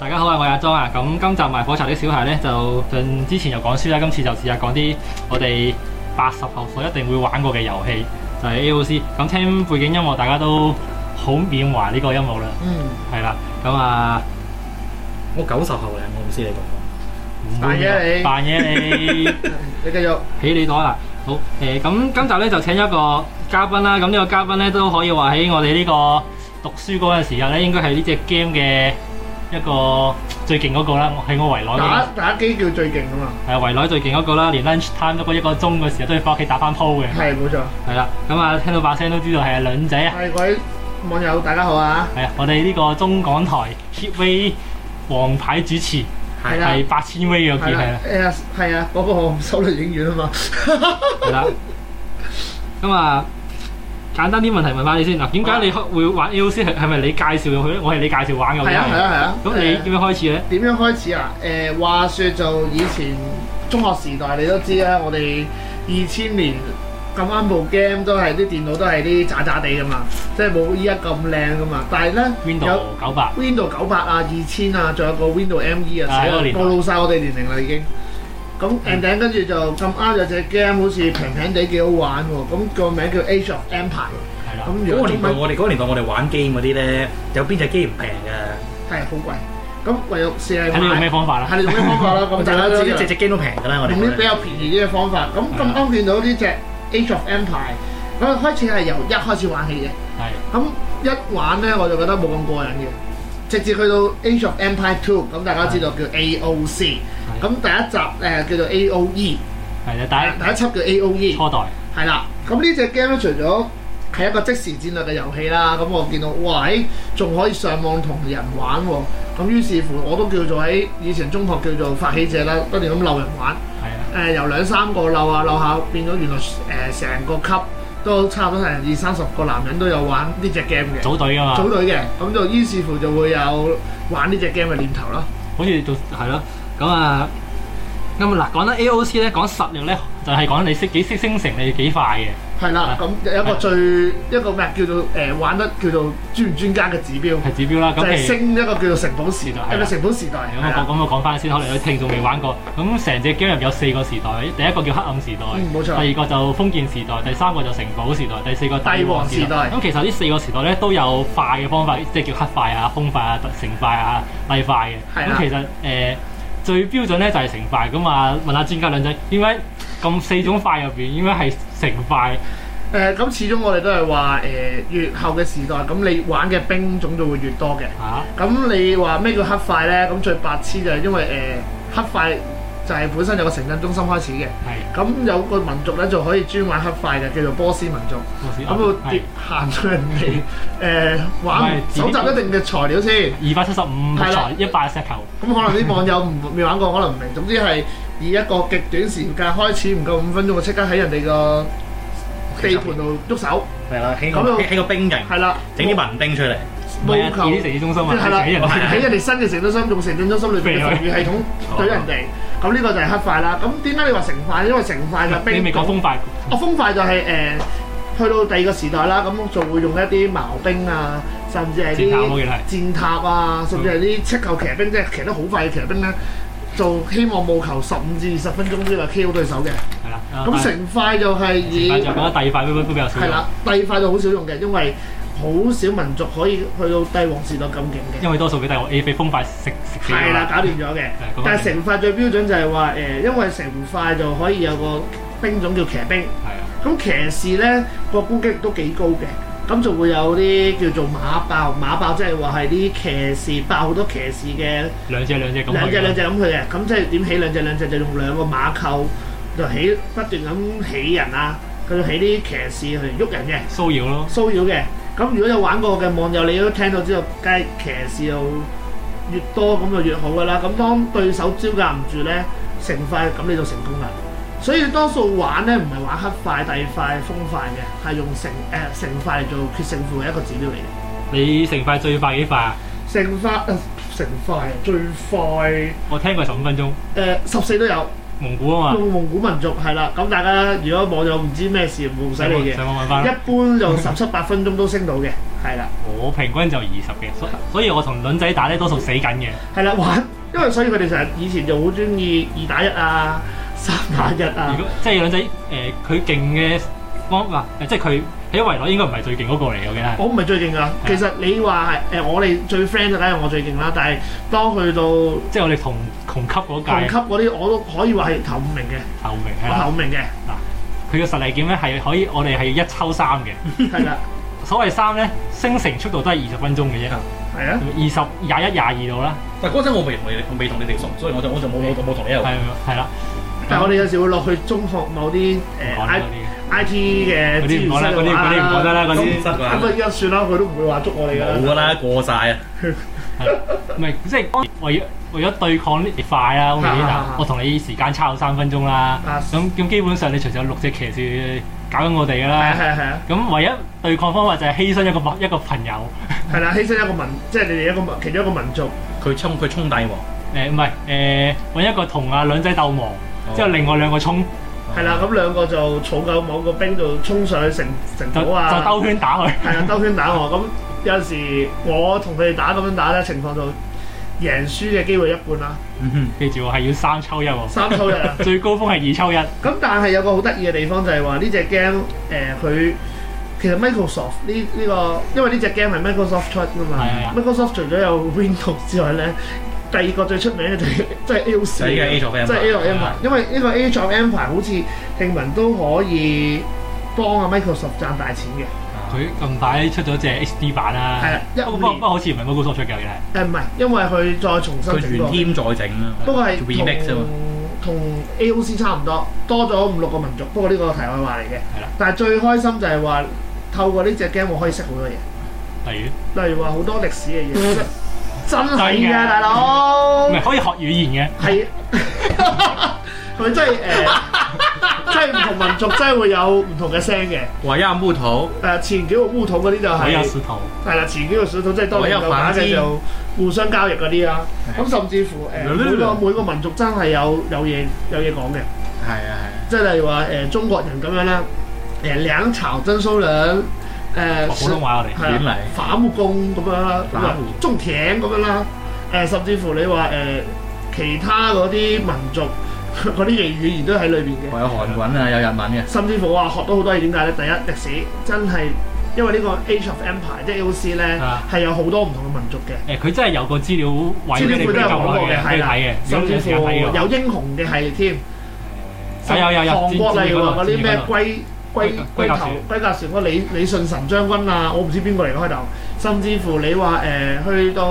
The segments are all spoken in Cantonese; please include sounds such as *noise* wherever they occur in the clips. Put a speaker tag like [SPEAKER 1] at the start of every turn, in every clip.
[SPEAKER 1] 大家好啊，我係阿莊啊。咁今集賣火柴啲小孩呢，就盡之前又講書啦，今次就試下講啲我哋八十後所一定會玩過嘅遊戲，就係、AOC。咁聽背景音樂，大家都好緬懷呢個音樂啦，
[SPEAKER 2] 嗯，
[SPEAKER 1] 係啦。咁啊，
[SPEAKER 3] 我九十後嚟，我唔知你講
[SPEAKER 1] 唔好
[SPEAKER 2] 扮嘢你
[SPEAKER 1] 扮嘢你。
[SPEAKER 2] 你繼續。
[SPEAKER 1] 起你袋啦。好誒，咁、今集咧就請咗一個嘉賓啦。咁呢個嘉賓咧都可以話喺我哋呢個讀書嗰陣時間咧，應該係呢只 game 嘅一個最勁嗰個啦。喺我圍內
[SPEAKER 2] 打
[SPEAKER 1] 嘅
[SPEAKER 2] 打機叫最勁啊嘛，
[SPEAKER 1] 係圍內最勁嗰個啦，連 lunch time 都嗰一個鐘嘅時候都要翻屋企打翻鋪嘅。
[SPEAKER 2] 係
[SPEAKER 1] *laughs*
[SPEAKER 2] 冇錯。
[SPEAKER 1] 係啦，咁啊聽到把聲都知道係阿兩仔啊。
[SPEAKER 2] 係各位網友大家好啊，
[SPEAKER 1] 係啊，我哋呢個中港台 Hit Way 王牌主持
[SPEAKER 2] 係啦，
[SPEAKER 1] 係八千 V 嘅叫
[SPEAKER 2] 係
[SPEAKER 1] 係啦
[SPEAKER 2] 啦。，誒係啊，嗰個我唔收到影院啊嘛，
[SPEAKER 1] 係啦。咁啊，簡單啲問題問翻你先嗱，點解你開會玩 AOC 係係咪你介紹佢咧？我係你介紹玩嘅喎。
[SPEAKER 2] 係啊係啊係啊。
[SPEAKER 1] 咁你點樣開始咧？
[SPEAKER 2] 點樣開始啊？誒、話説就以前中學時代，你都知啦，我哋二千年咁啱部 game 都係啲電腦都係啲渣渣地噶嘛，即係冇依家咁靚噶嘛。但係咧
[SPEAKER 1] Window
[SPEAKER 2] 有
[SPEAKER 1] 九八
[SPEAKER 2] Window 九八啊、二千啊，仲有個 Window ME
[SPEAKER 1] 啊
[SPEAKER 2] 啊，
[SPEAKER 1] 嗰個年代嗯
[SPEAKER 2] 暴露晒我哋年齡啦已經。咁 and then 跟住就咁啱有隻 game 好似平平地幾好玩喎，咁個名叫 Age of Empire，
[SPEAKER 1] 係啦，
[SPEAKER 2] 咁
[SPEAKER 3] 嗰
[SPEAKER 2] 用
[SPEAKER 3] 個年
[SPEAKER 2] 中
[SPEAKER 3] 代，
[SPEAKER 2] 文
[SPEAKER 3] 我哋嗰個年代我哋玩 game 嗰啲咧，有邊隻機唔平㗎？
[SPEAKER 2] 係好貴，咁唯有試下
[SPEAKER 1] 睇你用咩
[SPEAKER 2] 買，
[SPEAKER 1] 方法啦。
[SPEAKER 2] 係你用咩方法啦？
[SPEAKER 1] *laughs*
[SPEAKER 3] 我
[SPEAKER 2] 咁
[SPEAKER 3] 就
[SPEAKER 2] 大家知
[SPEAKER 3] 係
[SPEAKER 2] 啦
[SPEAKER 3] 隻隻 game 都平㗎啦，我哋
[SPEAKER 2] 用
[SPEAKER 3] 嗰
[SPEAKER 2] 啲
[SPEAKER 3] 陣
[SPEAKER 2] 比較便宜啲嘅方法。咁
[SPEAKER 1] 係
[SPEAKER 2] 咁
[SPEAKER 1] 啊
[SPEAKER 2] 啱見到呢只 Age of Empire，我開始係由一開始玩起嘅。
[SPEAKER 1] 係
[SPEAKER 2] 咁一玩咧，我就覺得冇咁過癮嘅。直至去到 Age of Empire Two，咁大家知道叫 AOC。咁第一集誒、呃叫做 AOE，
[SPEAKER 1] 係
[SPEAKER 2] 第
[SPEAKER 1] 啦，
[SPEAKER 2] 一輯叫
[SPEAKER 1] 第一
[SPEAKER 2] AOE。
[SPEAKER 1] 初代
[SPEAKER 2] 係啦，咁呢只 game 咧，除咗係一個即時戰略嘅遊戲啦，咁我見到哇，咦仲可以上網同人玩喎、咁於是乎我都叫做喺以前中學叫做發起者啦，不斷咁溜人玩，誒、呃
[SPEAKER 1] 係啊，
[SPEAKER 2] 由兩三個溜啊溜下，變咗原來誒成、個級都差唔多成二三十個男人都有玩呢只 game 嘅
[SPEAKER 1] 組隊㗎嘛，
[SPEAKER 2] 組隊嘅，咁就於是乎就會有玩呢只 game 嘅念頭啦。
[SPEAKER 1] 好似做係咯。咁啊，咁嗱講得 AOC 咧，講實力咧，就係講你識幾識升成，你幾快嘅。
[SPEAKER 2] 係
[SPEAKER 1] 啊
[SPEAKER 2] 啦，咁有一個最一個咩叫做誒、玩得叫做專唔專家嘅指標。
[SPEAKER 1] 係指標啦，
[SPEAKER 2] 就
[SPEAKER 1] 咁
[SPEAKER 2] 係
[SPEAKER 1] 其實
[SPEAKER 2] 升一個叫做城堡時代，
[SPEAKER 1] 係啦啊
[SPEAKER 2] 係咪城堡時代？
[SPEAKER 1] 咁
[SPEAKER 2] 係
[SPEAKER 1] 我
[SPEAKER 2] 啦
[SPEAKER 1] 講，咁我講翻先，可能有啲聽眾未玩過。咁成隻 game 入有四個時代，第一個叫黑暗時代，
[SPEAKER 2] 嗯冇錯
[SPEAKER 1] 第二個就封建時代，第三個就城堡時代，第四個帝王時
[SPEAKER 2] 帝王時代
[SPEAKER 1] 代。咁其實呢四個時代咧都有快嘅方法，即係叫黑快啊、風快啊、城快啊、帝快嘅。
[SPEAKER 2] 係啦
[SPEAKER 1] 咁其實誒、呃最標準咧就係城快。咁啊，問下專家兩仔，點解咁四種快入邊，應該係城快？
[SPEAKER 2] 誒咁始終我哋都係話誒越後嘅時代，咁你玩嘅兵種就會越多嘅。
[SPEAKER 1] 嚇、啊？
[SPEAKER 2] 咁你話咩叫黑快咧？咁最白痴就係因為誒、黑快就係本身有個城鎮中心開始嘅，
[SPEAKER 1] 係，
[SPEAKER 2] 咁有個民族咧就可以專玩黑快嘅，叫做波斯民族。
[SPEAKER 1] 我先
[SPEAKER 2] 咁佢
[SPEAKER 1] 係
[SPEAKER 2] 行咗人哋誒、玩
[SPEAKER 1] 唔係
[SPEAKER 2] 搜集一定嘅材料先。
[SPEAKER 1] 二百七十五
[SPEAKER 2] 係啦
[SPEAKER 1] 材一百石球，
[SPEAKER 2] 咁可能啲網友唔 *laughs* 未玩過，可能唔明。總之係以一個極短時間開始，唔夠五分鐘，就即刻喺人哋個地盤度喐手，
[SPEAKER 3] 係啦，起
[SPEAKER 2] 咁
[SPEAKER 3] 個
[SPEAKER 2] 又
[SPEAKER 3] 起個兵營，
[SPEAKER 2] 係啦，
[SPEAKER 3] 整啲民兵出嚟，
[SPEAKER 1] 唔係啊，
[SPEAKER 2] 務求
[SPEAKER 1] 啲城市中心啊，
[SPEAKER 2] 係啦，
[SPEAKER 1] 人哋
[SPEAKER 2] 喺人哋新嘅城中心用城鎮中心裏邊嘅防禦系統對人哋。咁呢個就係黑快啦。咁點解你話城快？因為城快就
[SPEAKER 1] 你
[SPEAKER 2] 兵
[SPEAKER 1] 未講風快，
[SPEAKER 2] 我風啊快就係、誒、去到第二個時代啦，咁就會用一啲矛兵啊，甚至係
[SPEAKER 1] 戰塔我記得
[SPEAKER 2] 啲
[SPEAKER 1] 係
[SPEAKER 2] 戰塔啊，甚至係啲赤球騎兵，即係騎得好快嘅騎兵咧，就希望務求十五至二十分鐘之內 KO 對手嘅。
[SPEAKER 1] 係啦。啊但係
[SPEAKER 2] 咁城快就係以
[SPEAKER 1] 但就覺得第二塊會比較少
[SPEAKER 2] 係
[SPEAKER 1] 用，
[SPEAKER 2] 啦，帝快就好少用嘅，因為好少民族可以去到帝王時代咁勁嘅。
[SPEAKER 1] 因為多數俾帝王 A 飛風快食食死
[SPEAKER 2] 係
[SPEAKER 1] 㗎
[SPEAKER 2] 啦，
[SPEAKER 1] 嘛。
[SPEAKER 2] 搞掂咗嘅
[SPEAKER 1] 係咁啊樣。
[SPEAKER 2] 但係城塊最標準就係話誒，因為城塊就可以有個兵種叫騎兵，
[SPEAKER 1] 係啊，
[SPEAKER 2] 咁騎士咧個攻擊力都幾高嘅，咁就會有啲叫做馬爆，馬爆即係話係啲騎士爆好多騎士嘅
[SPEAKER 1] 兩隻兩隻咁。
[SPEAKER 2] 兩隻兩隻咁去嘅，咁即係點起兩隻兩隻就用兩個馬構就起不斷咁起人啊，佢就起啲騎士去喐人嘅。
[SPEAKER 1] 騷擾咯，
[SPEAKER 2] 騷擾嘅。咁如果有玩過嘅網友，你都聽到之後，梗係騎士又越多咁就越好噶啦。咁當對手招架唔住咧，成塊咁你就成功啦。所以多數玩咧唔係玩黑快、帝快、風快嘅，係用成誒、呃、成快嚟做決勝負嘅一個指標嚟嘅。
[SPEAKER 1] 你成塊最快幾快啊？
[SPEAKER 2] ờ, 成快誒、呃成快最快
[SPEAKER 1] 我聽過十五分鐘，
[SPEAKER 2] ờ, 誒十四都有，
[SPEAKER 1] 蒙古啊嘛，
[SPEAKER 2] 用蒙古民族係啦，咁大家如果網友唔知咩事，唔使理嘅，
[SPEAKER 1] 上網揾翻。
[SPEAKER 2] 一般就十七八分鐘都升到嘅，係啦，
[SPEAKER 1] 我平均就二十嘅，所所以我同卵仔打咧多數死緊嘅。
[SPEAKER 2] 係啦玩，因為所以佢哋成日以前就好中意二打一啊、三打一啊
[SPEAKER 1] 如，果即係卵仔誒，呃佢勁嘅方法，呃即係佢喺圍內應該唔係最勁嗰個嚟，我記得係。
[SPEAKER 2] 我唔係最勁噶，
[SPEAKER 1] 啊
[SPEAKER 2] 其實你話係誒我哋最 friend 就梗係我最勁啦，但係當去到
[SPEAKER 1] 即係我哋同同級嗰
[SPEAKER 2] 同哦級
[SPEAKER 1] 屆
[SPEAKER 2] 嗰啲，我都可以話係頭五名嘅，
[SPEAKER 1] 頭名係
[SPEAKER 2] 我頭
[SPEAKER 1] 啦。
[SPEAKER 2] 五名嘅，
[SPEAKER 1] 佢嘅實力點咧係可以，我哋係一抽三嘅。
[SPEAKER 2] 係啦，
[SPEAKER 1] 所謂三咧，升成速度都係二十分鐘嘅啫，
[SPEAKER 2] 係啊，
[SPEAKER 1] 二十廿一廿二度啦，
[SPEAKER 3] 但嗰陣我未同你，我未同你哋熟，所以我就我就冇冇冇同你一路。
[SPEAKER 2] à?
[SPEAKER 1] 係係啦，
[SPEAKER 2] 但係我哋有時會落去中學某
[SPEAKER 1] 唔
[SPEAKER 2] 啲誒
[SPEAKER 1] 嗯講啦
[SPEAKER 2] I
[SPEAKER 1] 嗰啲，
[SPEAKER 2] I T 嘅
[SPEAKER 1] 嗰
[SPEAKER 2] 資
[SPEAKER 1] 啲唔
[SPEAKER 2] 源
[SPEAKER 1] 講啦，
[SPEAKER 2] 室
[SPEAKER 1] 嗰
[SPEAKER 2] 度
[SPEAKER 1] 啲嗰啲唔講得啦，嗰啲
[SPEAKER 3] 咁。塞
[SPEAKER 2] 咁啊，而家算啦，佢都唔會話捉我哋㗎啦。
[SPEAKER 3] 冇㗎啦，過晒啊！
[SPEAKER 1] 唔係，即係為咗為咗對抗呢快啦，好明顯
[SPEAKER 2] 啊
[SPEAKER 1] 啊
[SPEAKER 2] 啊啊！
[SPEAKER 1] 我同你時間差咗三分鐘啦
[SPEAKER 2] 啊，
[SPEAKER 1] 咁咁基本上你隨時有六隻騎士搞緊我哋㗎
[SPEAKER 2] 係啊，
[SPEAKER 1] 啦。
[SPEAKER 2] 係啊，係啊，
[SPEAKER 1] 咁唯一對抗方法就係犧牲一個朋一個朋友，
[SPEAKER 2] 係啦，犧牲一個民，即係你哋一個民，其中一個民族，
[SPEAKER 3] 佢衝佢衝帝王，
[SPEAKER 1] 誒唔係誒揾一個同阿兩仔鬥王，
[SPEAKER 2] 哦
[SPEAKER 1] 之後另外兩個衝
[SPEAKER 2] 係啦，咁兩個就儲夠某個兵就衝上去城城
[SPEAKER 1] 就
[SPEAKER 2] 堡啊，
[SPEAKER 1] 就兜圈打佢，
[SPEAKER 2] 係啊，兜圈打我。咁有陣時我同佢哋打咁樣打咧，情況就贏輸嘅機會一半啦，
[SPEAKER 3] 嗯
[SPEAKER 1] 記住我係要三抽一
[SPEAKER 2] *laughs*
[SPEAKER 1] 喎，
[SPEAKER 2] 三抽一啊。
[SPEAKER 1] 最高峰係二抽一，
[SPEAKER 2] 咁但係有個好得意嘅地方就係話呢只 game 誒佢。其實 Microsoft 呢呢、個，因為呢只 game 係 Microsoft 出噶嘛
[SPEAKER 1] 係啊
[SPEAKER 2] ，Microsoft 除咗有 Windows 之外咧，第二個最出名嘅就係即係 AOC
[SPEAKER 3] 就依家 A 座 friend，
[SPEAKER 2] 啊即係 A 座 Empire，因為呢個 A 座 Empire 好似聽聞都可以幫啊 Microsoft 賺大錢嘅，
[SPEAKER 1] 佢近排出咗隻 HD 版
[SPEAKER 2] 係
[SPEAKER 1] 啦
[SPEAKER 2] 啦，一
[SPEAKER 1] 不過
[SPEAKER 2] 五
[SPEAKER 1] 不過不
[SPEAKER 2] 年
[SPEAKER 1] 過好似唔係 Microsoft 出嘅，原來係
[SPEAKER 2] 誒唔係，因為佢再重新
[SPEAKER 3] 佢
[SPEAKER 2] 整
[SPEAKER 3] 原
[SPEAKER 2] 過，
[SPEAKER 3] 添再整啦，
[SPEAKER 2] 不過係
[SPEAKER 3] remix 啫嘛
[SPEAKER 2] 同。同 AOC 差唔多，多咗五六個民族，不過呢個題外話嚟嘅。
[SPEAKER 1] 係啦
[SPEAKER 2] 但係最開心就係話透過呢只 game 我可以識好多嘢，
[SPEAKER 1] 例如
[SPEAKER 2] 例如話好多歷史嘅嘢，真真係
[SPEAKER 1] 真
[SPEAKER 2] 㗎
[SPEAKER 1] 嘅
[SPEAKER 2] 大佬
[SPEAKER 1] 唔。係可以學語言嘅。
[SPEAKER 2] 係，佢真係誒，即係唔同民族真係會有唔同嘅聲嘅。
[SPEAKER 3] 我要木頭，
[SPEAKER 2] 誒、前幾個烏土嗰啲就
[SPEAKER 1] 我有
[SPEAKER 2] 係、
[SPEAKER 1] 石頭，
[SPEAKER 2] 係啦，前幾個水土即係當
[SPEAKER 3] 我
[SPEAKER 2] 你
[SPEAKER 3] 有
[SPEAKER 2] 夠打
[SPEAKER 3] 反
[SPEAKER 2] 嘅
[SPEAKER 3] 之
[SPEAKER 2] 就互相交易嗰啲啦。
[SPEAKER 3] 係
[SPEAKER 2] 咁甚至乎誒、
[SPEAKER 3] 略略
[SPEAKER 2] 每個每個民族真係有有嘢有嘢講嘅，
[SPEAKER 3] 係啊係啊，
[SPEAKER 2] 即係例如話誒、中國人咁樣啦，誒、兩朝真蘇兩誒
[SPEAKER 1] 哦學普通話我哋。
[SPEAKER 2] 係
[SPEAKER 3] 點嚟
[SPEAKER 2] 啦，反木工咁樣啦，咁
[SPEAKER 3] 反
[SPEAKER 2] 啊
[SPEAKER 3] 目
[SPEAKER 2] 中艇咁樣啦，誒、甚至乎你話誒、其他嗰啲民族 *laughs* 嗰啲嘢語言都喺裏邊嘅。
[SPEAKER 3] 我有韓文啊，有日文嘅，
[SPEAKER 2] 甚至乎我話學到好多嘢，點解咧？第一歷史真係因為呢個 Age of Empire 即係 AOC 咧
[SPEAKER 1] 啊，
[SPEAKER 2] 係有好多唔同嘅民族嘅，
[SPEAKER 1] 誒，佢真係有個資料位
[SPEAKER 2] 資
[SPEAKER 1] 俾
[SPEAKER 2] 料
[SPEAKER 1] 你
[SPEAKER 2] 庫
[SPEAKER 1] 比
[SPEAKER 2] 都有
[SPEAKER 1] 較
[SPEAKER 2] 講過
[SPEAKER 1] 耐
[SPEAKER 2] 嘅，
[SPEAKER 1] 嘅，可以
[SPEAKER 2] 係啦
[SPEAKER 1] 睇嘅。，如
[SPEAKER 2] 甚
[SPEAKER 1] 果你有時
[SPEAKER 2] 至
[SPEAKER 1] 間
[SPEAKER 2] 乎
[SPEAKER 1] 睇嘅話
[SPEAKER 2] 有英雄嘅系列添，
[SPEAKER 1] 啊有有有，
[SPEAKER 2] 韓國例如話嗰啲咩
[SPEAKER 1] 鬼
[SPEAKER 2] 龜龜
[SPEAKER 1] 龜
[SPEAKER 2] 龜
[SPEAKER 1] 甲
[SPEAKER 2] 頭龜甲船嗰個李李舜臣將軍啊，我唔知邊個嚟嘅開頭，甚至乎你話誒、去到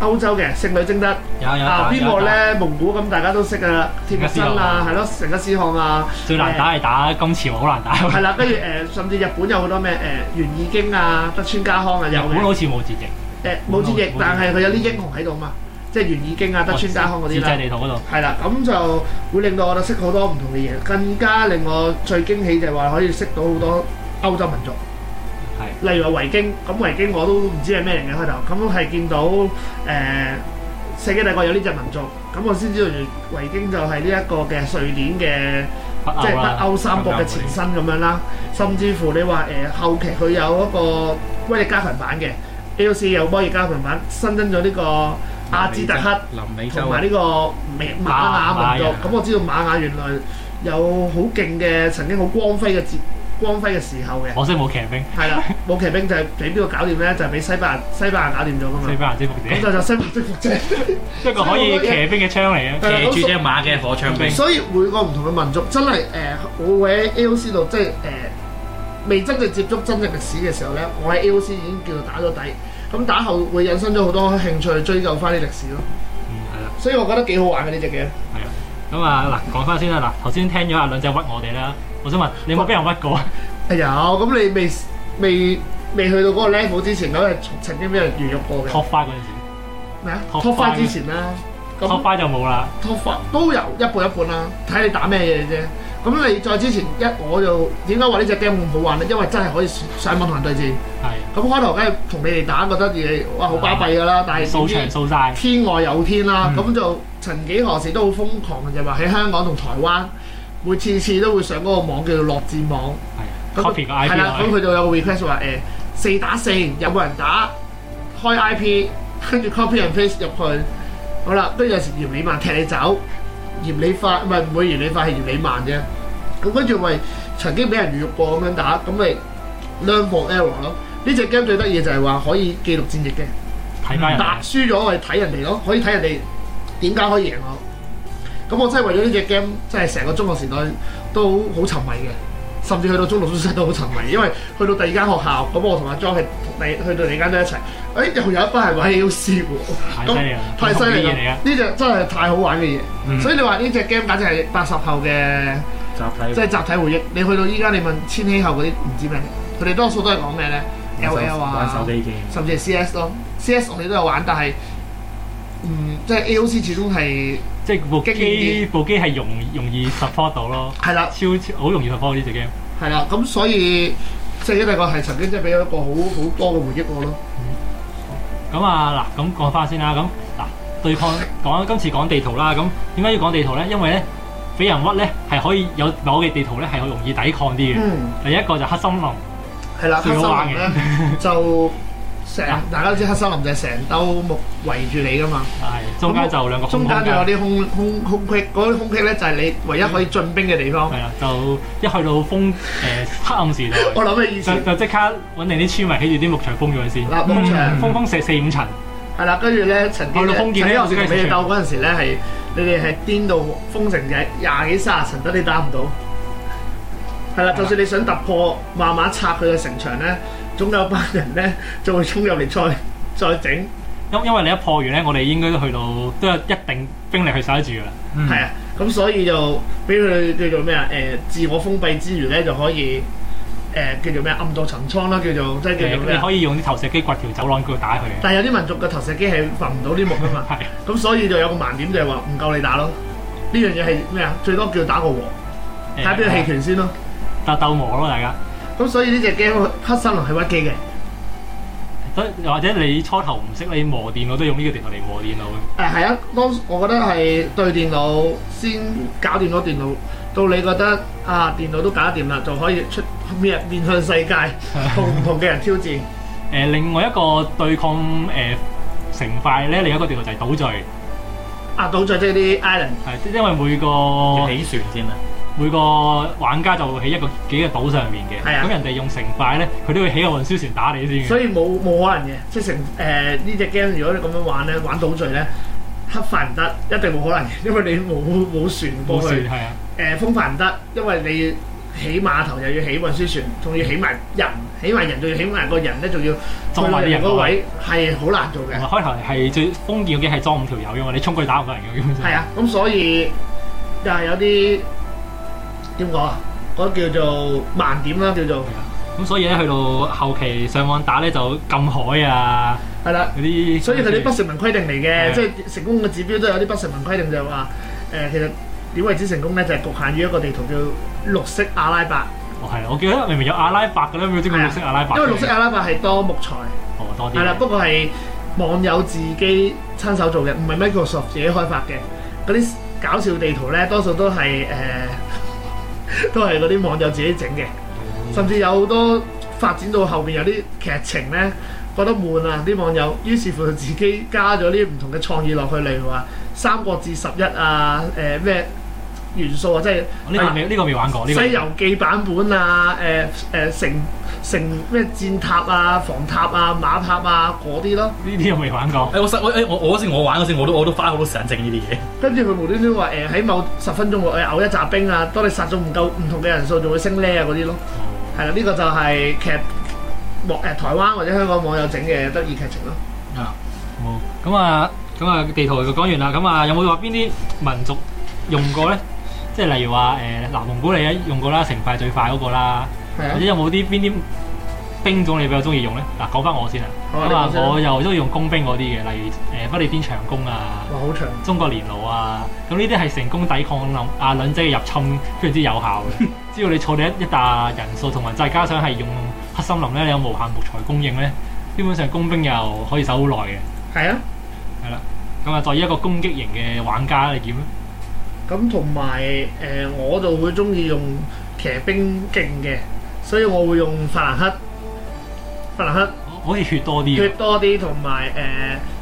[SPEAKER 2] 歐洲嘅聖女貞德。
[SPEAKER 1] 有有打
[SPEAKER 2] 啊，邊個？咧？蒙古咁大家都識噶啦，鐵木真啊，係咯，成吉思
[SPEAKER 1] *laughs*
[SPEAKER 2] 汗啊，
[SPEAKER 1] 最難打係打金朝，好難打。
[SPEAKER 2] 係啦，跟住誒，甚至日本有好多咩誒《源義經》啊，德川家康啊，
[SPEAKER 1] 日
[SPEAKER 2] 有
[SPEAKER 1] 本
[SPEAKER 2] 嘅
[SPEAKER 1] 好似冇字籍，
[SPEAKER 2] 誒冇字
[SPEAKER 1] 冇
[SPEAKER 2] 譯
[SPEAKER 1] 字，
[SPEAKER 2] 但係佢有啲英雄喺度嘛，即係《源義經》啊、德川家康嗰啲
[SPEAKER 1] 自製
[SPEAKER 2] 啦，
[SPEAKER 1] 地圖嗰度。
[SPEAKER 2] 係啦，咁就會令到我哋識好多唔同嘅嘢，更加令我最驚喜就係話可以識到好多歐洲民族，
[SPEAKER 1] 係
[SPEAKER 2] 例如話維京，咁維京我都唔知係咩人嘅開頭，咁係見到誒。世界帝國有呢只民族，咁我先知道原來維京就係呢一個嘅瑞典嘅
[SPEAKER 1] 北
[SPEAKER 2] 即
[SPEAKER 1] 歐
[SPEAKER 2] 係北
[SPEAKER 1] 啦，
[SPEAKER 2] 歐三國嘅前身咁樣啦，甚至乎你話誒、呃、後期佢有一個威力加強版嘅 AOC 有威力加強版，新增咗呢個阿茲特克
[SPEAKER 3] 林美洲
[SPEAKER 2] 同埋呢個美瑪雅民族。咁我知道瑪雅原來有好勁嘅，曾經好光輝嘅節光輝嘅時候嘅，
[SPEAKER 1] 可惜冇騎兵，
[SPEAKER 2] 係啦， *laughs* 冇騎兵就係俾邊個搞掂咧？就係、俾西班牙西班牙搞掂咗噶
[SPEAKER 1] 西
[SPEAKER 2] 嘛。
[SPEAKER 1] 班牙征服
[SPEAKER 2] 咁
[SPEAKER 1] 者，
[SPEAKER 2] 就就西班牙征服者。
[SPEAKER 1] 一個可以騎兵嘅槍嚟嘅。
[SPEAKER 2] 係啦咁所
[SPEAKER 3] 騎住
[SPEAKER 2] 以
[SPEAKER 3] 只馬嘅火
[SPEAKER 2] *laughs*
[SPEAKER 3] 槍兵，
[SPEAKER 2] 所以每個唔同嘅民族真係誒、呃我會喺 AOC 度即係誒、呃未真正接觸真正歷史嘅時候咧，我喺 AOC 已經叫做打咗底。咁打後會引申咗好多興趣追究翻啲歷史咯。
[SPEAKER 1] 嗯，係啦，
[SPEAKER 2] 所以我覺得幾好玩嘅呢只 game。
[SPEAKER 1] 係啦。咁啊嗱，講翻先啦嗱，頭先聽咗阿兩隻屈我哋啦，我想問你有冇俾人屈過？
[SPEAKER 2] 係有哎咁你未未未去到嗰個 level 之前，咁係曾經俾人魚肉過嘅
[SPEAKER 1] 托花嗰陣時
[SPEAKER 2] 咩啊
[SPEAKER 1] top
[SPEAKER 2] ？Top
[SPEAKER 1] five
[SPEAKER 2] five 之前啦，咁
[SPEAKER 1] 托花就冇啦。
[SPEAKER 2] Top five 都有一半一半啦，睇你打咩嘢啫。咁你再之前一我就點解話呢只 game 咁好玩咧？因為真係可以上網同人對戰。
[SPEAKER 1] 係
[SPEAKER 2] 咁開頭梗係同你哋打，覺得自己哇好巴閉㗎啦，但係
[SPEAKER 1] 掃場掃晒，
[SPEAKER 2] 天外有天啦，
[SPEAKER 3] 嗯
[SPEAKER 2] 咁、就曾幾何時都好瘋狂嘅，就話喺香港同台灣，每次次都會上嗰個網叫做樂戰網，
[SPEAKER 1] 係
[SPEAKER 2] 咁
[SPEAKER 1] copy 個 IP
[SPEAKER 2] 係啦，
[SPEAKER 1] 落
[SPEAKER 2] 咁
[SPEAKER 1] 去，
[SPEAKER 2] 佢就有個 request 話誒、四打四有冇人打，開 IP，跟住 copy and paste 入去，好啦，跟住有時嫌你慢踢你走，嫌你快，唔係唔會嫌你快，係嫌你慢啫。咁跟住咪曾經俾人侮辱過咁樣打，咁咪 learn from error 咯。呢只 game 最得意就係話可以記錄戰役嘅。
[SPEAKER 1] 睇翻人
[SPEAKER 2] 打
[SPEAKER 1] 哋
[SPEAKER 2] 輸咗我哋睇人哋咯，可以睇人哋點解可以贏我。咁我真係為咗呢只 game，真係成個中學時代都好沉迷嘅，甚至去到中六中七都好沉迷，因為去到第二間學校，咁我同阿莊係同第去到第二間都一齊，誒、又有一班係玩 A O C 喎，
[SPEAKER 1] 太犀利啦，
[SPEAKER 2] 太犀利
[SPEAKER 1] 同
[SPEAKER 2] 啦！
[SPEAKER 1] 啲嘢嚟
[SPEAKER 2] 呢只真係太好玩嘅嘢，
[SPEAKER 3] 嗯
[SPEAKER 2] 所以你話呢只 game 簡直係八十後嘅
[SPEAKER 3] 集體
[SPEAKER 2] 即係集體回憶。你去到依家，你問千禧後嗰啲唔知咩，佢哋多數都係講咩咧
[SPEAKER 3] 玩手
[SPEAKER 2] ？L L 啊，
[SPEAKER 3] 玩手機 game，
[SPEAKER 2] 甚至係 CS 咯。CS 我哋都有玩，但係嗯，即係 AOC 始終係
[SPEAKER 1] 即係部
[SPEAKER 2] 經典
[SPEAKER 1] 機部機係容容易 support 到咯，
[SPEAKER 2] 係啦，
[SPEAKER 1] 超超好容易 support 呢只 game。
[SPEAKER 2] 係啦，咁所以即係一大個係曾經真係俾咗一個好好多嘅回憶我咯。
[SPEAKER 1] 咁啊嗱，咁講翻先啦。咁嗱，對抗講今次講地圖啦。咁點解要講地圖咧？因為咧，俾人屈咧係可以有某嘅地圖咧係容易抵抗啲嘅。
[SPEAKER 2] 嗯，
[SPEAKER 1] 第一個就黑森林，
[SPEAKER 2] 係啦，黑
[SPEAKER 1] 最
[SPEAKER 2] 森
[SPEAKER 1] 好玩
[SPEAKER 2] 林咧 *laughs* 就成
[SPEAKER 1] 啊
[SPEAKER 2] 大家都知黑森林就係成兜木圍住你噶嘛，
[SPEAKER 1] 係中間就兩個空
[SPEAKER 2] 中
[SPEAKER 1] 間
[SPEAKER 2] 間就有
[SPEAKER 1] 嘅，
[SPEAKER 2] 啲空空空隙，嗰啲空隙咧就係你唯一可以進兵嘅地方。
[SPEAKER 1] 係啦，就一去到封誒、黑暗時代，
[SPEAKER 2] *laughs* 我諗起以前
[SPEAKER 1] 就就即刻揾定啲村民起住啲牧場封咗佢先，
[SPEAKER 2] 嗱啊牧場
[SPEAKER 3] 嗯
[SPEAKER 1] 封封四四五層，
[SPEAKER 2] 係啦，跟住咧曾經
[SPEAKER 1] 去哦到封建
[SPEAKER 2] 曾經我
[SPEAKER 1] 呢
[SPEAKER 2] 試過俾
[SPEAKER 1] 我
[SPEAKER 2] 你
[SPEAKER 1] 先
[SPEAKER 2] 鬥嗰陣時咧係你哋係癲到封城嘅廿幾三十層都你打唔到。係啦，就算你想突破，慢慢拆佢嘅城牆咧，總有班人咧 *laughs* 就會衝入嚟再再整。
[SPEAKER 1] 因因為你一破完咧，我哋應該都去到都有一定兵力去守得住㗎啦。
[SPEAKER 3] 嗯
[SPEAKER 2] 係啊，咁所以就俾佢叫做咩啊？誒、自我封閉之餘咧就可以誒、叫做咩暗度陳倉啦，叫做即係叫做咩
[SPEAKER 1] 你
[SPEAKER 2] 啊？
[SPEAKER 1] 可以用啲投石機掘條走廊，佢打佢
[SPEAKER 2] *laughs*
[SPEAKER 1] 嘅。
[SPEAKER 2] 但係有啲民族嘅投石機係焚唔到啲木噶嘛。
[SPEAKER 1] 係
[SPEAKER 2] 咁所以就有個盲點就係話唔夠你打咯。呢樣嘢係咩啊？最多叫打個和，睇下邊個棄
[SPEAKER 1] *laughs*
[SPEAKER 2] 權先咯。
[SPEAKER 1] 鬥鬥磨咯，大家。
[SPEAKER 2] 咁所以呢只 game 黑森林係屈機嘅，
[SPEAKER 1] 所以或者你初頭唔識你磨電腦，都用呢個地圖嚟磨電腦嘅。
[SPEAKER 2] 誒係啊，當我覺得係對電腦先搞掂咗電腦，到你覺得啊電腦都搞掂啦，就可以出面面向
[SPEAKER 1] *laughs*
[SPEAKER 2] 世界，同唔同嘅人挑戰。
[SPEAKER 1] 誒、另外一個對抗誒、城塊咧，另一個地圖就係島嶼，
[SPEAKER 2] 啊，倒在即係啲 island，
[SPEAKER 1] 係即因為每
[SPEAKER 3] 要
[SPEAKER 1] 個
[SPEAKER 3] 起船先啊，
[SPEAKER 1] 每個玩家就會喺一個幾個島上面嘅，
[SPEAKER 2] 係啊
[SPEAKER 1] 咁、人哋用城塊咧，佢都會起個運輸船打你先
[SPEAKER 2] 所
[SPEAKER 1] 嘅。
[SPEAKER 2] 以冇冇可能嘅，即係成誒呢只 game 如果你咁樣玩咧，玩倒敘咧，黑飯唔得，一定冇可能嘅，因為你冇冇船
[SPEAKER 1] 冇
[SPEAKER 2] 過
[SPEAKER 1] 船
[SPEAKER 2] 去。
[SPEAKER 1] 係啊，
[SPEAKER 2] 誒呃風帆唔得，因為你起碼頭又要起運輸船，仲要起埋人，起埋人仲要起埋個人咧，仲要
[SPEAKER 1] 裝埋啲人
[SPEAKER 2] 嗰
[SPEAKER 1] 過去。嗯
[SPEAKER 2] 位係好難做
[SPEAKER 1] 同
[SPEAKER 2] 嘅
[SPEAKER 1] 埋。開頭係最封建嘅係裝五條友嘅嘛，你衝佢打唔到人嘅基本上。
[SPEAKER 2] 係啊，咁所以又係有啲點講啊？嗰叫做盲點啦，叫做
[SPEAKER 1] 咁所以咧，去到後期上網打咧就禁海啊，
[SPEAKER 2] 係啦。
[SPEAKER 1] 嗰啲。
[SPEAKER 2] 所以佢啲不成文規定嚟
[SPEAKER 1] 係
[SPEAKER 2] 嘅，
[SPEAKER 1] 啊
[SPEAKER 2] 即係成功嘅指標都有啲不成文規定，就係話誒，其實點為之成功咧，就係局限於一個地圖叫綠色阿拉伯，
[SPEAKER 1] 哦，係啊，我記得明明有阿拉伯嘅咧，冇知佢綠色阿拉伯嘅。
[SPEAKER 2] 因為綠色阿拉伯係多木材，
[SPEAKER 1] 哦多啲嘅。
[SPEAKER 2] 係啦，不過係網友自己親手做嘅，唔係 Microsoft 自己開發嘅。嗰啲搞笑地圖咧，多數都係誒、 *laughs* 都係嗰啲網友自己整嘅，
[SPEAKER 1] 哦
[SPEAKER 2] 甚至有好多發展到後邊有啲劇情咧。覺得悶啊！啲網友，於是乎就自己加咗啲唔同嘅創意落去，例如話《三國志十一》啊，誒、咩元素啊，即係
[SPEAKER 1] 哦呢個未呢個未玩過，呢個
[SPEAKER 2] 西遊記版本啊，誒、誒、城城咩戰塔啊、防塔啊、馬塔啊嗰啲咯，
[SPEAKER 1] 呢啲我未玩過。哦
[SPEAKER 3] 誒我實我誒我我嗰時我玩嗰時我都我都花好多時間整呢啲嘢。
[SPEAKER 2] 跟住佢無端端話誒喺某十分鐘內誒嘔一紮兵啊，當你殺咗唔夠唔同嘅人數，就會升呢啊嗰啲咯，係啦，呢、個就係劇網誒台灣或者香港網友整嘅得意劇情咯。
[SPEAKER 1] 冇咁啊，咁啊地圖就講完啦。咁啊，有冇話邊啲民族用過咧？即係例啊如話誒，南蒙古你用過啦，成塊最快嗰個啦，
[SPEAKER 2] 係
[SPEAKER 1] 或
[SPEAKER 2] 啊
[SPEAKER 1] 者，有冇啲邊啲兵種你比較中意用咧？嗱，講翻我先啊。
[SPEAKER 2] 好啊
[SPEAKER 1] 咁啊
[SPEAKER 2] 你講，先啊
[SPEAKER 1] 我又中意用工兵嗰啲嘅，例如誒、不列顛長弓啊。
[SPEAKER 2] 哇，好長。
[SPEAKER 1] 中國連弩啊，咁呢啲係成功抵抗林阿兩仔嘅入侵非常之有效嘅。 *laughs* 只要你儲定一一笪人數，同埋再加上係用黑森林咧，你有無限木材供應咧，基本上工兵又可以守好耐嘅。
[SPEAKER 2] 係啊，
[SPEAKER 1] 咁啊，作為一個攻擊型嘅玩家，你點咧？
[SPEAKER 2] 咁同埋誒，我就會中意用騎兵勁嘅，所以我會用法蘭克。法蘭克
[SPEAKER 1] 我好似血多啲
[SPEAKER 2] 血
[SPEAKER 1] 嘅，
[SPEAKER 2] 多啲，同埋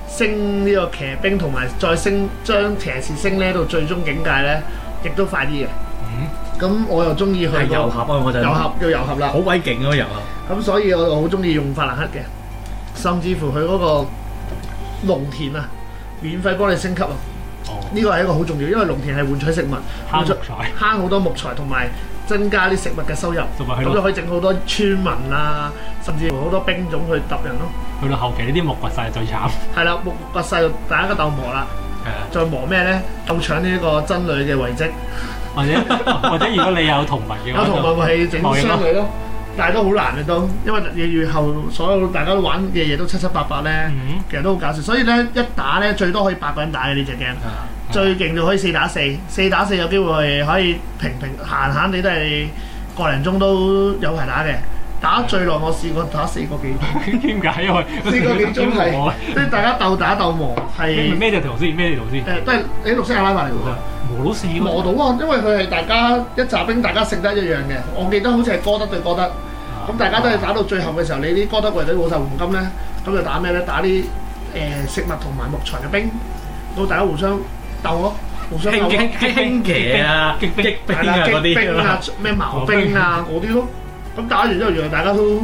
[SPEAKER 2] 誒升呢個騎兵，同埋再升將騎士升呢到最終境界咧，亦都快啲嘅。
[SPEAKER 1] 嗯，
[SPEAKER 2] 咁我又中意去
[SPEAKER 3] 係遊
[SPEAKER 2] 個
[SPEAKER 3] 俠啊！我就
[SPEAKER 2] 遊俠要遊俠啦
[SPEAKER 3] 好。鬼勁啊！遊俠。
[SPEAKER 2] 咁所以我好中意用法蘭克嘅，甚至乎佢嗰個農田啊，免費幫你升級啊！
[SPEAKER 1] 哦，
[SPEAKER 2] 呢個係一個好重要，因為農田係換取食物，
[SPEAKER 1] 慳木材，
[SPEAKER 2] 慳好多木材同埋增加啲食物嘅收入，
[SPEAKER 1] 同埋去
[SPEAKER 2] 咁就
[SPEAKER 1] 到
[SPEAKER 2] 可以整好多村民啊，甚至乎好多兵種去揼人咯。
[SPEAKER 1] 去到後期呢啲木掘晒最慘， *laughs*
[SPEAKER 2] 係啦，木掘晒就大家嘅鬥磨啦，
[SPEAKER 1] 係啊，
[SPEAKER 2] 再磨咩咧？鬥搶呢個僧侶嘅遺跡，
[SPEAKER 1] 或者 *laughs* 或者如果你有同盟嘅
[SPEAKER 2] 有
[SPEAKER 1] 話
[SPEAKER 2] 同埋
[SPEAKER 1] 就，
[SPEAKER 2] 咪整商女咯。但係都好難嘅都，因為越後所有大家都玩嘅嘢都七七八八咧。
[SPEAKER 1] 嗯， *laughs*
[SPEAKER 2] 其實都好搞笑，所以咧一打咧最多可以八個人打嘅呢只 game，
[SPEAKER 3] 啊
[SPEAKER 2] 最勁就可以四打四，四打四有機會可以平平閒閒地都係個零鐘都有排打嘅。打最耐我試過打 *laughs* 四個幾鐘，
[SPEAKER 1] 點解？因為
[SPEAKER 2] 四個幾鐘
[SPEAKER 1] *laughs* 我
[SPEAKER 2] 係，即係大家鬥打鬥磨
[SPEAKER 1] 你
[SPEAKER 2] 係
[SPEAKER 1] 咩條圖先？咩條圖先？
[SPEAKER 2] 誒都係你綠色阿拉伯嚟嘅
[SPEAKER 1] 磨到四
[SPEAKER 2] 喎，
[SPEAKER 1] 個
[SPEAKER 2] 磨到啊，因為佢係大家一扎兵，大家食得一樣嘅。我記得好似係哥德對哥德，咁大家都係
[SPEAKER 3] *laughs*
[SPEAKER 2] 打到最後嘅時候，你啲哥德衛隊冇晒黃金咧，咁就打咩咧？打啲誒、呃食物同埋木材嘅兵，到大家互相鬥咯，互相鬥咯，
[SPEAKER 3] 輕輕輕騎啊，
[SPEAKER 1] 激
[SPEAKER 3] 激
[SPEAKER 1] 兵
[SPEAKER 3] 兵
[SPEAKER 2] 係啦
[SPEAKER 3] 啊嗰
[SPEAKER 2] 激
[SPEAKER 3] 啲
[SPEAKER 2] 兵啊
[SPEAKER 3] 啊，
[SPEAKER 2] 咩矛兵啊嗰啲咯。咁打完之後，原來大家都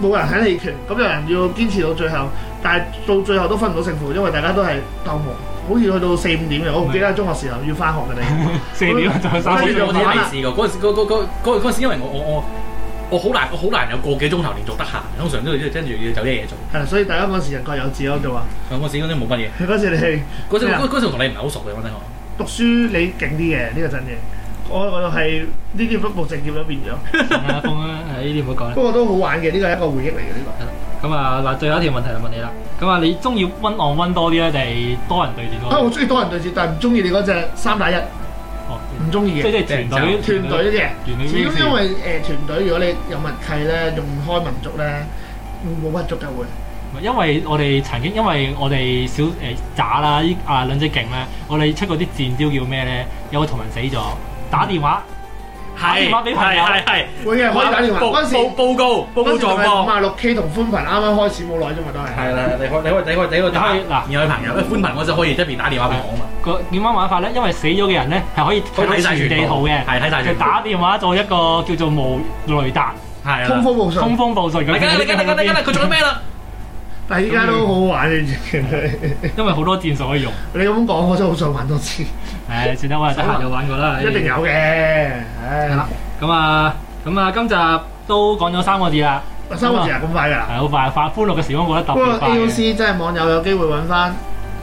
[SPEAKER 2] 冇人喺棄權，咁有人要堅持到最後，但係到最後都分唔到勝負，因為大家都係鬥無，好似去到四五點嘅。我唔記得係中學時候要翻學嘅你，
[SPEAKER 1] 四點仲有三
[SPEAKER 3] 我
[SPEAKER 1] 點
[SPEAKER 2] 跟住
[SPEAKER 3] 我哋未試過嗰陣時，嗰嗰嗰嗰嗰陣時，因為我我我我好難我好難有個幾鐘頭連續得閒，通常都要跟住要走啲嘢做。
[SPEAKER 2] 係啦，所以大家嗰陣時人各有志咯，就話
[SPEAKER 3] 咁嗰陣時嗰陣冇乜嘢，
[SPEAKER 2] 嗰陣時你係。
[SPEAKER 3] 嗰陣
[SPEAKER 2] 咩啊
[SPEAKER 3] 嗰嗰陣我同你唔係好熟嘅，我聽我。
[SPEAKER 2] 讀書你勁啲嘅呢個真嘅，我我就係呢啲不務正業都變咗，
[SPEAKER 1] 啊，風啦，誒呢啲唔好講啦。
[SPEAKER 2] *laughs* 不過都好玩嘅，呢個係一個回憶嚟嘅呢個。
[SPEAKER 1] 咁啊，嗱，最後一條問題就問你啦。咁啊，你中意温按温多啲咧，定係多人對戰多
[SPEAKER 2] 啊，我
[SPEAKER 1] 啲？
[SPEAKER 2] 中意多人對戰，但係唔中意你嗰隻三打一，
[SPEAKER 1] 哦，
[SPEAKER 2] 唔中意
[SPEAKER 1] 即係
[SPEAKER 2] 嘅
[SPEAKER 1] 即係團隊
[SPEAKER 2] 團隊嘅。
[SPEAKER 1] 團隊
[SPEAKER 2] 始
[SPEAKER 1] 咩
[SPEAKER 2] 終因
[SPEAKER 1] 事？
[SPEAKER 2] 為誒、呃、團隊，如果你有默契咧，用開民族咧，冇乜足夠會。
[SPEAKER 1] 因為我哋曾經，因為我哋小誒渣啦，依啊兩隻勁咧，我哋出嗰啲戰招叫咩咧？有個同人死咗，打電話打電話俾朋友
[SPEAKER 3] 係係
[SPEAKER 2] 會嘅，
[SPEAKER 3] 係
[SPEAKER 2] 可以打電話。嗰陣時
[SPEAKER 3] 報報告報告狀
[SPEAKER 2] 五
[SPEAKER 3] 況。
[SPEAKER 2] 啊六 K 同寬頻啱啱開始冇耐啫嘛，都係。
[SPEAKER 1] 啊
[SPEAKER 3] 係啦，你可你可你可你可打，
[SPEAKER 1] 你可以嗱
[SPEAKER 3] 然後有朋友咧寬頻我就可以一邊打電話俾我啊嘛，
[SPEAKER 1] 個點樣玩法咧？因為死咗嘅人咧係可以
[SPEAKER 3] 可以睇晒
[SPEAKER 1] 全
[SPEAKER 3] 全
[SPEAKER 1] 地圖嘅，
[SPEAKER 3] 係睇晒
[SPEAKER 1] 就
[SPEAKER 3] 全部，
[SPEAKER 1] 打電話做一個叫做無雷
[SPEAKER 3] *laughs*
[SPEAKER 1] 達
[SPEAKER 3] 係啦
[SPEAKER 2] 通。風報
[SPEAKER 1] 通
[SPEAKER 2] 信，
[SPEAKER 1] 風報信咁。
[SPEAKER 3] 嚟緊啦嚟緊啦嚟緊啦嚟緊啦，佢做緊咩啦？
[SPEAKER 2] 但係依家都好好玩嘅，完全係
[SPEAKER 1] 因為好多戰術可以用。
[SPEAKER 2] *laughs* 你咁講，我真係好想玩多次，一
[SPEAKER 1] 誒，算啦，我哋得閒就玩過啦。
[SPEAKER 2] 定有嘅。唉
[SPEAKER 1] 係，啦。咁啊，咁啊，今集都講咗三個字啦，
[SPEAKER 2] 三個字啊，咁快㗎啦。
[SPEAKER 1] 係好快，快歡樂嘅時光過得特
[SPEAKER 2] 不過
[SPEAKER 1] 別快嘅。
[SPEAKER 2] AOC 真係網友有機會揾翻，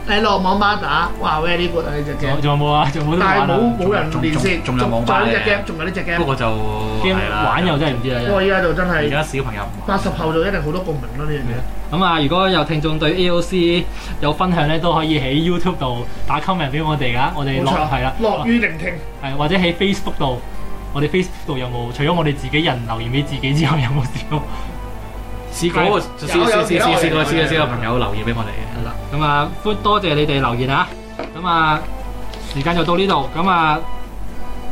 [SPEAKER 2] 你落網吧打，哇 very good 啊呢只 game，
[SPEAKER 1] 仲仲有冇啊？仲 *laughs* 有冇得
[SPEAKER 2] 但係
[SPEAKER 1] 玩啊？
[SPEAKER 2] 冇冇人連線，
[SPEAKER 3] 仲有網吧
[SPEAKER 2] 仲有呢
[SPEAKER 3] 嘅
[SPEAKER 2] 只 game，仲有呢只
[SPEAKER 3] 哎不
[SPEAKER 2] game，
[SPEAKER 3] 過就
[SPEAKER 1] game
[SPEAKER 3] 係啦，
[SPEAKER 1] 玩又真係唔知啊啦。真
[SPEAKER 2] 不
[SPEAKER 1] 係
[SPEAKER 2] 過依家就真
[SPEAKER 3] 而
[SPEAKER 2] 係
[SPEAKER 3] 家小朋友唔
[SPEAKER 2] 八
[SPEAKER 3] 玩
[SPEAKER 2] 十後就一定好多共鳴咯呢樣嘢。
[SPEAKER 1] 咁啊，如果有聽眾對 AOC 有分享咧，都可以喺 YouTube 度打 comment 俾我哋噶，我哋
[SPEAKER 2] 冇
[SPEAKER 1] 落
[SPEAKER 2] 錯，
[SPEAKER 1] 係啦，
[SPEAKER 2] 樂於聆聽，
[SPEAKER 1] 係或者喺 Facebook 度，我哋 Facebook 度有冇？除咗我哋自己人留言俾自己之外，有冇試過？
[SPEAKER 3] 試過
[SPEAKER 1] 有
[SPEAKER 3] 試試
[SPEAKER 2] 有
[SPEAKER 3] 試試
[SPEAKER 2] 有
[SPEAKER 3] 試過
[SPEAKER 2] 有
[SPEAKER 3] 試過
[SPEAKER 2] 有
[SPEAKER 3] 試過朋友留言俾我哋嘅。
[SPEAKER 1] 係啦，咁啊，歡多謝你哋留言啊！咁啊，時間就到呢度，咁啊，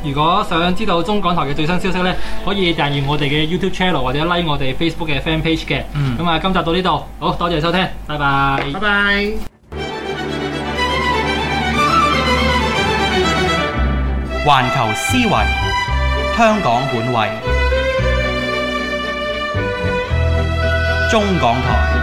[SPEAKER 1] 如果想知道中港台嘅最新消息咧，可以訂閱我哋嘅 YouTube channel 或者 like 我哋 Facebook 嘅 fan page 嘅。
[SPEAKER 3] 嗯
[SPEAKER 1] 咁啊，今集到呢度，好多謝收聽，拜拜
[SPEAKER 2] 拜。拜。
[SPEAKER 4] 環球思維，香港本位，中港台。